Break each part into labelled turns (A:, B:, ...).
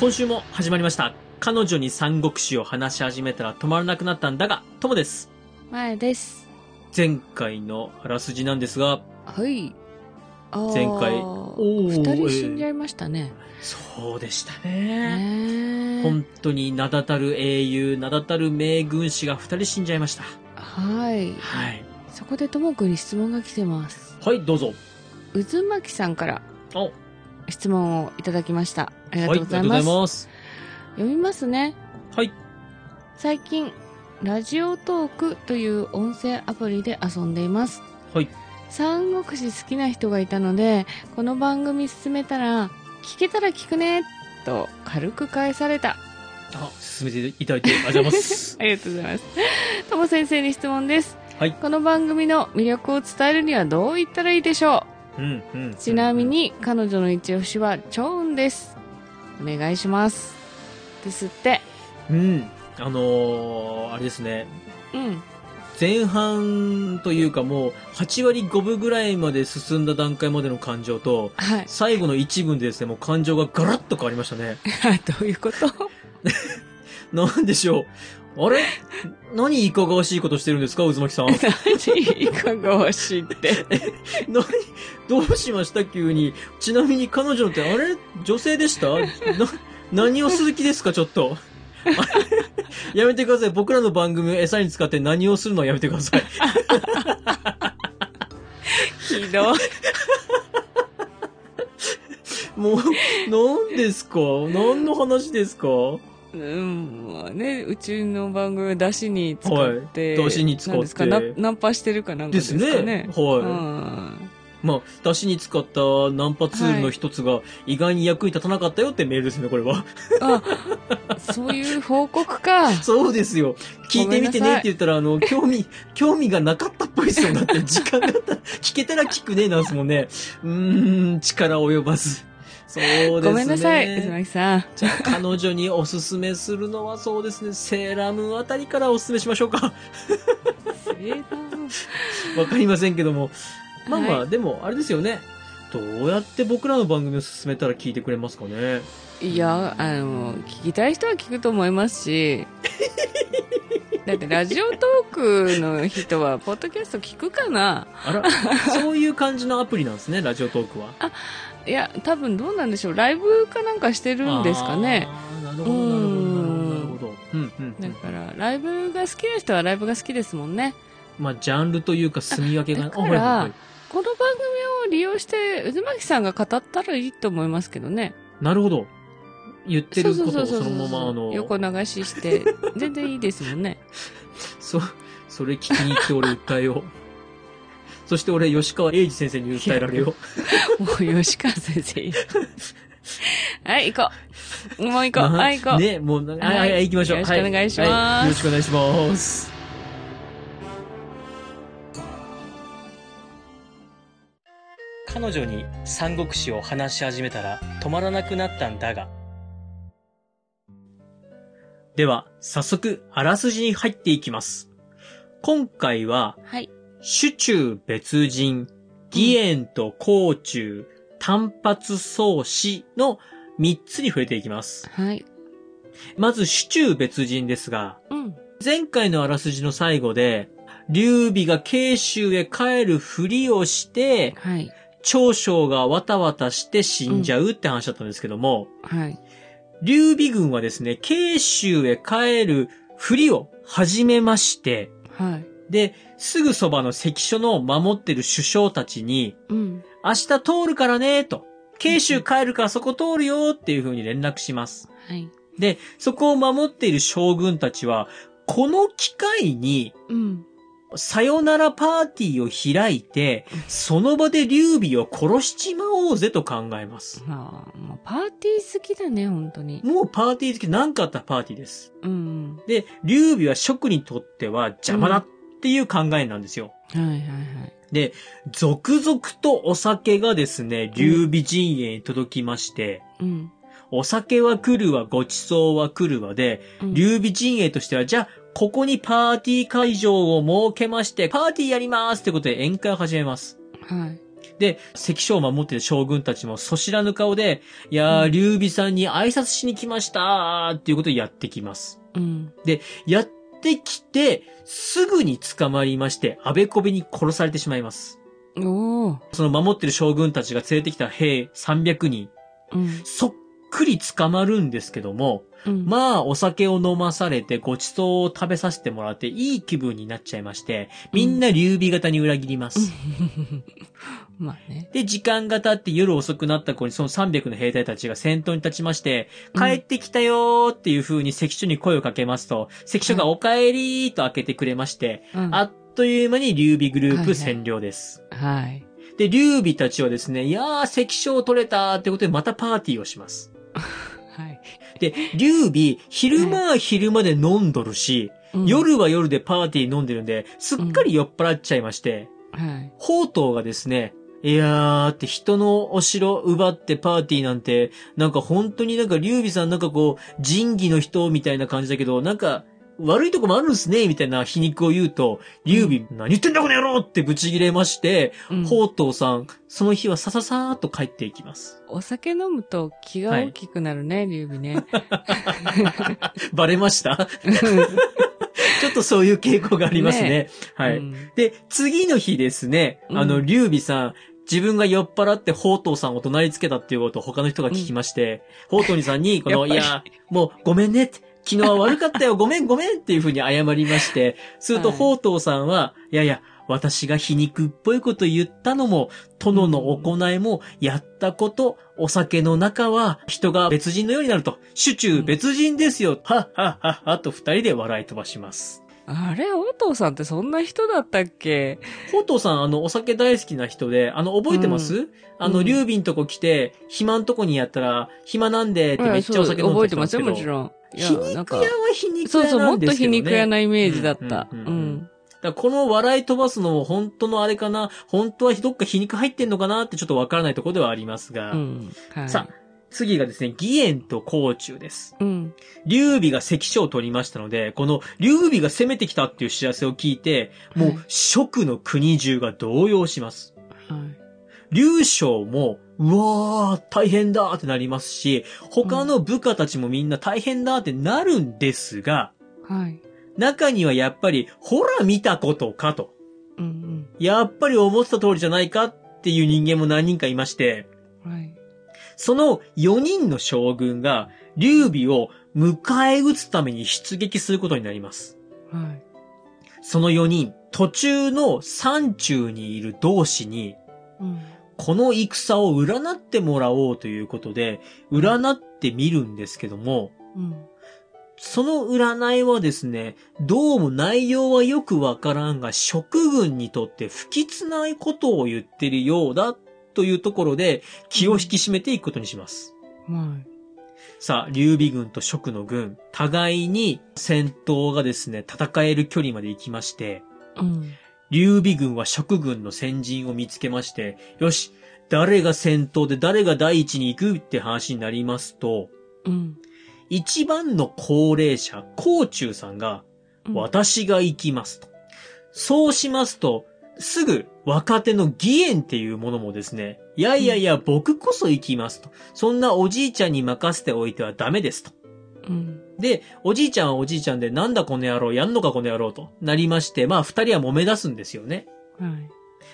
A: 今週も始まりました。彼女に三国志を話し始めたら止まらなくなったんだが、ともです。
B: 前です。
A: 前回のあらすじなんですが、
B: はい。あー
A: 前回おー
B: 二人死んじゃいましたね。
A: そうでした
B: ね
A: ね。
B: え
A: 本当に名だたる英雄、名だたる名軍師が二人死んじゃいました。
B: はい。
A: はい。
B: そこでともくんに質問が来てます。
A: はい、どうぞ。
B: 渦巻さんから
A: おはい、
B: 質問をいただきました。あり
A: あ
B: がと
A: りが
B: うご
A: と
B: ざ
A: うご
B: い
A: ざ
B: ま
A: い
B: す。
A: ます。
B: 読みますね。
A: はい。
B: 最近、ラジオトークという音声アプリで遊んでいます。
A: はい。
B: 三国志好きな人がいたので、この番組進めたら、聞けたら聞くね、と軽く返された。
A: あ、進めていただいてありがとうござい ます
B: あ。りがとうございます。とも先生に質問です。
A: はい
B: この番組の魅力を伝えるにはどう言ったらいいでしょ
A: うん、うん。
B: うちなみ。に、彼女の一押しは、チョーンです。お願いします。ですって。
A: うん。あのー、あれですね。
B: うん。
A: 前半というかもう8割5分ぐらいまで進んだ段階までの感情と、
B: はい。
A: 最後の一文でですね、もう感情がガラッと変わりましたね。
B: どういうこと
A: なんでしょう。あれ何いかがわしいことしてるんですか渦巻さん。
B: 何いかがわしいって。
A: 何どうしました急に。ちなみに彼女って、あれ女性でしたな、何をする気ですかちょっと。 あれやめてください。僕らの番組を餌に使って何をするのはやめてください。
B: ひどい。
A: もう、何ですか何の話ですか
B: うん、まあね、うちの番組を出しに使って。
A: はい出汁に使って
B: なんですかナナンパしてるかなんか
A: で
B: ですすかね。
A: ね。
B: う
A: は
B: ん。
A: い。まあ、出汁に使ったナンパツールの一つが意外に役に立たなかったよってメールですね、これは。
B: あ、そういう報告か。
A: そうですよ。聞いてみてねって言ったら、あの、興味、 興味がなかったっぽいですよ。だって、時間があったら、聞けたら聞くね、なんすもんね。うーん、力及ばず。そうですね。
B: ごめんなさい、渦巻さん。
A: じゃあ、彼女におすすめするのはそうですね、セーラームーンあたりからおすすめしましょうか。わかりませんけども。まあまあ、
B: は
A: でも、あれですよね。どうやって僕らの番組を進めたら聞いてくれますかね。
B: いや、あの、聞きたい人は聞くと思います し。だってラジオトークの人は、ポッドキャスト聞くかな
A: あ ら、そういう感じのアプリなんですね、ラジオトークは。
B: いや、多分どうなんでしょう。ライブかなんかしてるんですかね。
A: あー。なるほど、なるほど、なるほどなるほど。うん、うん、う
B: だ
A: ん。
B: から、ライブが好きな人はライブが好きですもんね。
A: まあ、ジャンルというか、住み分けが、
B: あだ
A: あ
B: から
A: ほらほらほら
B: この番組を利用して、渦巻さんが語ったらいいと思いますけどね。
A: なるほど。言ってることを
B: う
A: その
B: う
A: まま、あの、
B: 横流しして、全然いいですもんね。
A: そ、それ聞きに行って俺訴えよう。そして俺、吉川英治先生に訴えられよ
B: もう、吉川先生いい。はい、行こう。もう行
A: う。
B: こう。はい、行こう。
A: ね、もう、はい、はいはい、行きましょう。
B: よろしくお願いします
A: はよろしくお願いします。彼女に三国志を話し始めたら止まらなくなったんだが。では、早速、あらすじに入っていきます。今回は、
B: はい。
A: 手中別人、義援と甲中、単発創始の3つに触れていきます。
B: はい。
A: まず手中別人ですが、
B: うん。
A: 前回のあらすじの最後で、劉備が慶州へ帰るふりをして、
B: はい。
A: 長将がわたわたして死んじゃうって話だったんですけども、
B: はい。
A: 劉備軍はですね、慶州へ帰るふりを始めまして、
B: はい。
A: で、すぐそばの関所の守ってる首相たちに、
B: うん。
A: 明日通るからね、と。慶州帰るからそこ通るよっていう風に連絡します。
B: はい。
A: で、そこを守っている将軍たちは、この機会に、
B: うん。
A: さよならパーティーを開いて、その場で劉備を殺しちまおうぜと考えます。
B: まあ、もうパーティー好きだね、本当に。
A: もうパーティー好きなんかあったパーティーです。
B: うん。
A: で、劉備は職にとっては邪魔だっていう考えなんですよ。
B: はいはいはい。
A: で、続々とお酒がですね、劉備陣営に届きまして、
B: うん。
A: お酒は来るわ、ごちそうは来るわで、
B: うん
A: 劉備陣営としては、じゃあ、ここにパーティー会場を設けまして、パーティーやりますってことで宴会を始めます。
B: はい。
A: で、関所を守ってる将軍たちも、そしらぬ顔で、いやー、劉備さんに挨拶しに来ましたーっていうことをやってきます。
B: うん。
A: やってきて、すぐに捕まりまして、安倍小部に殺されてしまいます。
B: おお。
A: その守ってる将軍たちが連れてきた兵300人、
B: うん。
A: そっくり捕まるんですけども、
B: うん。
A: まあお酒を飲まされてごちそうを食べさせてもらっていい気分になっちゃいまして、みんな劉備型に裏切ります。
B: まあね。
A: で、時間が経って夜遅くなった頃にその300の兵隊たちが先頭に立ちまして、帰ってきたよーっていう風に関所に声をかけますと、関所がお帰りーと開けてくれまして、
B: うん、
A: あっという間に劉備グルー
B: はい
A: プ
B: はい
A: 占領です。
B: はい。
A: で、劉備たちはですね、いやー、関所を取れたーってことでまたパーティーをします。
B: はい。
A: で、劉備、昼間は昼間で飲んどるし、
B: うん、
A: 夜は夜でパーティー飲んでるんで、すっかり酔っ払っちゃいまして、
B: はい。
A: 宝刀がですね、いやーって人のお城奪ってパーティーなんて、なんか本当になんか劉備さんなんかこう、仁義の人みたいな感じだけど、なんか、悪いとこもあるんすね、みたいな皮肉を言うと、劉備、何言ってんだこの野郎ってブチ切れまして、
B: うん
A: 宝刀さん、その日はさささーっと帰っていきます。
B: お酒飲むと気が大きくなるね、劉備ね。
A: バレました ちょっとそういう傾向がありますね。
B: ね
A: はい、
B: うん。
A: で、次の日ですね、
B: うん
A: あの、劉備さん、自分が酔っ払って宝刀さんを怒鳴りつけたっていうことを他の人が聞きまして、宝刀さんに、この、い
B: やっぱり
A: や、もうごめんねって、昨日は悪かった よ、ごめんごめんっていうふうに謝りまして、すると
B: はい
A: 宝刀さんは、いやいや、私が皮肉っぽいこと言ったのも、殿の行いも、やったこと、お酒の中は、人が別人のようになると、手中別人ですよ、はっはっはっはと二人で笑い飛ばします。
B: あれ、お父さんってそんな人だったっけ
A: ほうとうさん、あの、お酒大好きな人で、あの、覚えてます、あの、
B: うん
A: 劉備んとこ来て、暇んとこにやったら、暇なんでってめっちゃお酒飲ん
B: 覚
A: で
B: えてますよ、もち
A: ん。
B: ろん。いや
A: 皮肉屋
B: なん
A: は
B: か
A: 皮肉
B: そう
A: 屋
B: そう、
A: な
B: も
A: ん
B: っ
A: で
B: と
A: すけ
B: 皮
A: どね。
B: 肉屋なイメージだった。
A: う
B: うんん
A: うんうんうんだからこの笑い飛ばすのも本当のあれかな、本当はどっか皮肉入ってんのかなってちょっとわからないところではありますが、
B: うんはい、
A: さあ、次がですね、義援と甲冑です。
B: うん。
A: 劉備が関所を取りましたので、この劉備が攻めてきたっていう知らせを聞いて、も
B: は
A: う、蜀の国中が動揺します。
B: はい。
A: 劉将も、うわー、大変だーってなりますし、他の部下たちもみんな大変だーってなるんですが、
B: はい。
A: 中にはやっぱり、ほら見たことかと。
B: うん
A: やっぱり思ってた通りじゃないかっていう人間も何人かいまして、
B: うん。はい。
A: その4人の将軍が、劉備を迎え撃つために出撃することになります。
B: はい。
A: その4人、途中の山中にいる同志に、
B: うん。
A: この戦を占ってもらおうということで、占ってみるんですけども、
B: うん。
A: その占いはですね、どうも内容はよくわからんが、職軍にとって不吉なことを言ってるようだというところで、気を引き締めていくことにします。
B: はい。
A: さあ、劉備軍と職の軍、互いに戦闘がですね、戦える距離まで行きまして、
B: うん。
A: 劉備軍は蜀軍の先陣を見つけまして、よし、誰が先頭で誰が第一に行くって話になりますと、
B: うん。
A: 一番の高齢者、甲冑さんが、
B: うん。
A: 私が行きますと。そうしますと、すぐ若手の義援っていうものもですね、いやいやいや、僕こそ行きますと。そんなおじいちゃんに任せておいてはダメですと。
B: うん。
A: で、おじいちゃんはおじいちゃんで、なんだこの野郎、やんのかこの野郎となりまして、まあ二人は揉め出すんですよね。
B: はい。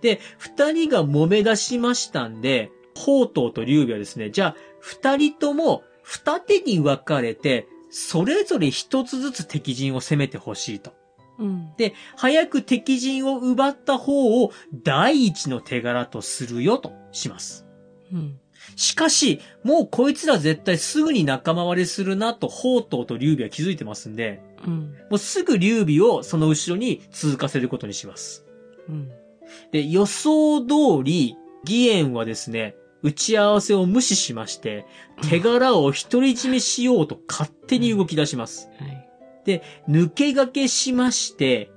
A: で、二人が揉め出しましたんで、宝刀と劉備はですね、じゃあ、二人とも二手に分かれて、それぞれ一つずつ敵陣を攻めてほしいと。
B: うん。
A: で、早く敵陣を奪った方を第一の手柄とするよとします。
B: うん。
A: しかし、もうこいつら絶対すぐに仲間割れするなと宝刀と劉備は気づいてますんで、
B: うん。
A: もうすぐ劉備をその後ろに通過せることにします。
B: うん。
A: で、予想通り、義援はですね、打ち合わせを無視しまして、手柄を独り占めしようと勝手に動き出します。
B: はい。
A: 抜け駆けしまして、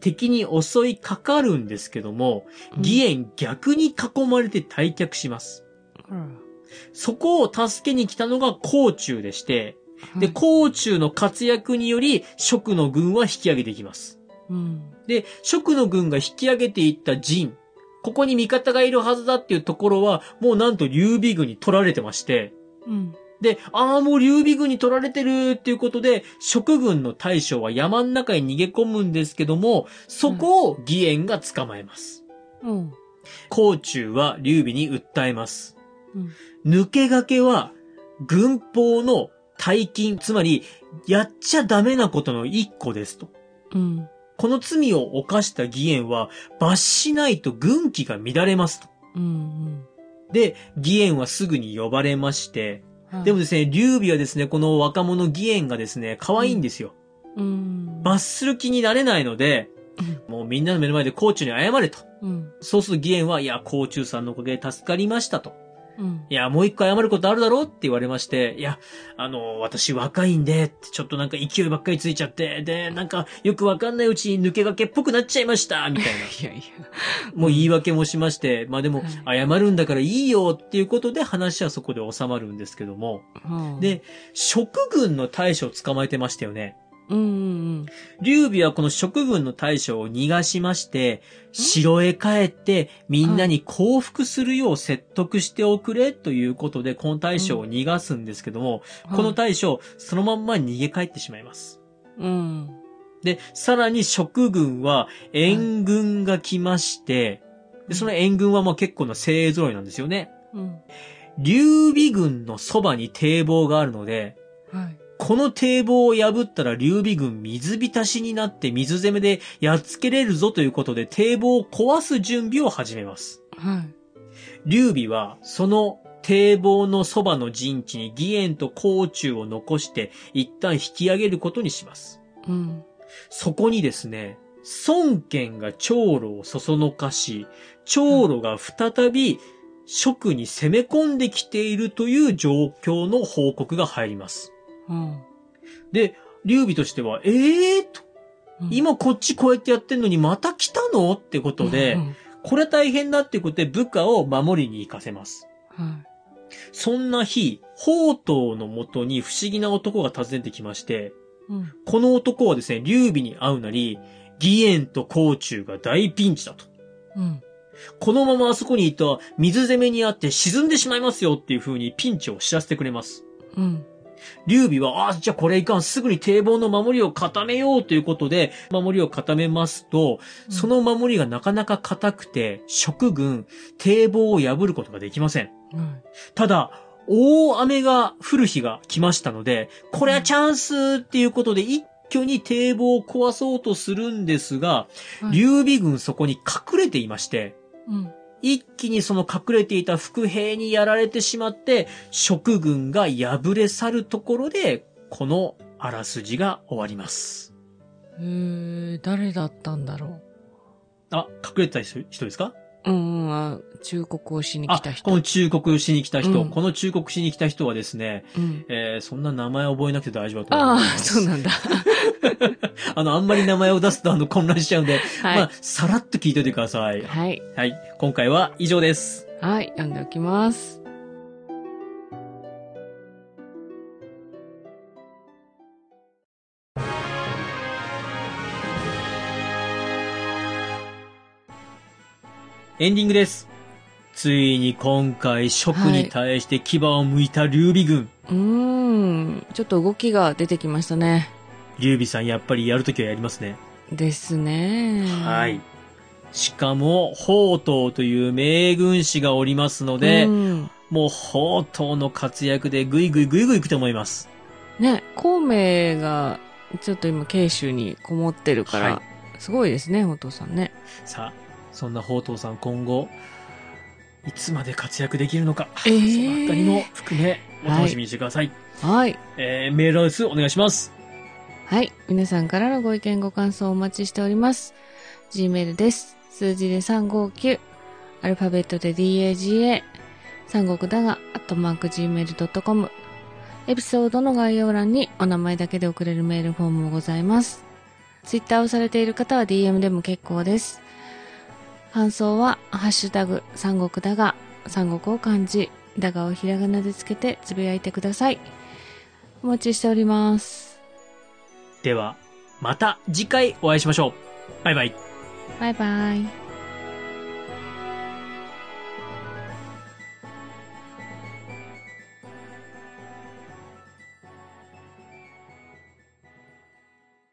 A: 敵に襲いかかるんですけども、義援逆に囲まれて退却します。
B: うん。
A: そこを助けに来たのが甲冑でして、
B: あら
A: で、、甲冑の活躍により、蜀の軍は引き上げていきます。
B: うん。
A: で、蜀の軍が引き上げていった陣、ここに味方がいるはずだっていうところは、もうなんと劉備軍に取られてまして、
B: うん。
A: で、ああ、もう劉備軍に取られてるっていうことで、蜀軍の大将は山ん中へ逃げ込むんですけども、そこを義援が捕まえます。
B: うん。
A: 甲冑は劉備に訴えます。
B: うん
A: 抜け駆けは、軍法の大金、つまり、やっちゃダメなことの一個ですと。
B: うん。
A: この罪を犯した義援は、罰しないと軍紀が乱れますと。
B: うん。
A: で、義援はすぐに呼ばれまして、
B: うん。
A: でも
B: はい、
A: ですね、劉備はですね、この若者義援がですね、可愛いんですよ。
B: うん。
A: 罰する気になれないので、もうみんなの目の前でコーチに謝れと。
B: うん。
A: そうすると義援は、いや、コーチューさんのおかげで助かりましたと。
B: うん。
A: いや、もう一個謝ることあるだろうって言われまして、いや、あの、私若いんで、ちょっとなんか勢いばっかりついちゃって、で、なんかよくわかんないうちに抜け駆けっぽくなっちゃいました、みたいな。
B: いやいや。
A: もう言い訳もしまして、まあでも、
B: は
A: 謝るんだからいいよっていうことで話はそこで収まるんですけども、
B: はあ、
A: で、蜀軍の大将を捕まえてましたよね。
B: うんうん
A: 劉備はこの蜀軍の大将を逃がしまして、城へ帰ってみんなに降伏するよう説得しておくれということで、この大将を逃がすんですけども、
B: うん。
A: この大将、そのまんま逃げ帰ってしまいます。
B: うん。
A: で、さらに蜀軍は援軍が来まして、で、その援軍はまあ結構な精鋭揃いなんですよね。
B: うん。
A: 劉備軍のそばに堤防があるので、
B: はい。
A: この堤防を破ったら劉備軍水浸しになって水攻めでやっつけれるぞということで堤防を壊す準備を始めます。
B: はい。
A: 劉備はその堤防のそばの陣地に義援と甲冑を残して一旦引き上げることにします。
B: うん。
A: そこにですね、孫権が長老をそそのかし、長老が再び蜀に攻め込んできているという状況の報告が入ります。
B: うん。
A: で、劉備としては、ええー、と、
B: うん、
A: 今こっちこうやってやってんのにまた来たのってことで
B: う、ん
A: これ大変だってことで部下を守りに行かせます。
B: は
A: そんな日、宝刀のもとに不思議な男が訪ねてきまして、
B: い。うん。
A: この男はですね、劉備に会うなり、義援と甲冑が大ピンチだと。
B: うん。
A: このままあそこにいた水攻めにあって沈んでしまいますよっていう風にピンチを知らせてくれます。
B: うん。
A: 劉備は、ああ、じゃあこれいかん、すぐに堤防の守りを固めようということで、守りを固めますと、その守りがなかなか固くて、蜀軍、堤防を破ることができません。
B: うん、はい。
A: ただ、大雨が降る日が来ましたので、これはチャンスっていうことで一挙に堤防を壊そうとするんですが、
B: はい
A: 劉備軍そこに隠れていまして、
B: うん。
A: 一気にその隠れていた伏兵にやられてしまって、蜀軍が敗れ去るところで、このあらすじが終わります。
B: えー、誰だったんだろ
A: あ、隠れてた人人ですか
B: う。うん、あ、忠告をしに来た
A: あ、こ
B: 人。
A: の忠告しに来た人、
B: うん
A: この忠告しに来た人はですね、
B: うん。
A: えー、そんな名前覚えなくて大丈夫だと思い
B: あ
A: ま
B: あ、
A: す。
B: そうな んだ。
A: あの、あんまり名前を出すとあの混乱しちゃうんで、
B: はい。
A: まあ、さらっと聞いておいてください。
B: はい。
A: はい。今回は以上です。
B: はい、読んでおきます。
A: エンディングです。ついに今回、食に対して牙を剥いた劉備軍。
B: うーん、ちょっと動きが出てきましたね。
A: 劉備さんやっぱりやるときはやりますね。
B: ですね。
A: はい。。しかも、宝刀という名軍師がおりますので、
B: うん、
A: もう宝刀の活躍でぐいぐいぐいぐい行くと思います。
B: ね、孔明が、ちょっと今、慶州にこもってるから、
A: は
B: すごいですね、お父さんね。
A: さあ、そんな宝刀さん今後、いつまで活躍できるのか、
B: えー
A: そのあたりも含め、お楽しみにしてください。
B: はい。
A: えー、メールアドレスお願いします。
B: はい。皆さんからのご意見、ご感想をお待ちしております。Gmail です。数字で359。アルファベットで DAGA。三国だが、アットマーク Gmail.com。エピソードの概要欄にお名前だけで送れるメールフォームもございます。Twitter をされている方は DM でも結構です。感想は、ハッシュタグ、三国だが、三国を漢字、だがをひらがなでつけてつぶやいてください。お待ちしております。
A: では、また次回お会いしましょう。バイバイ。
B: 拜拜。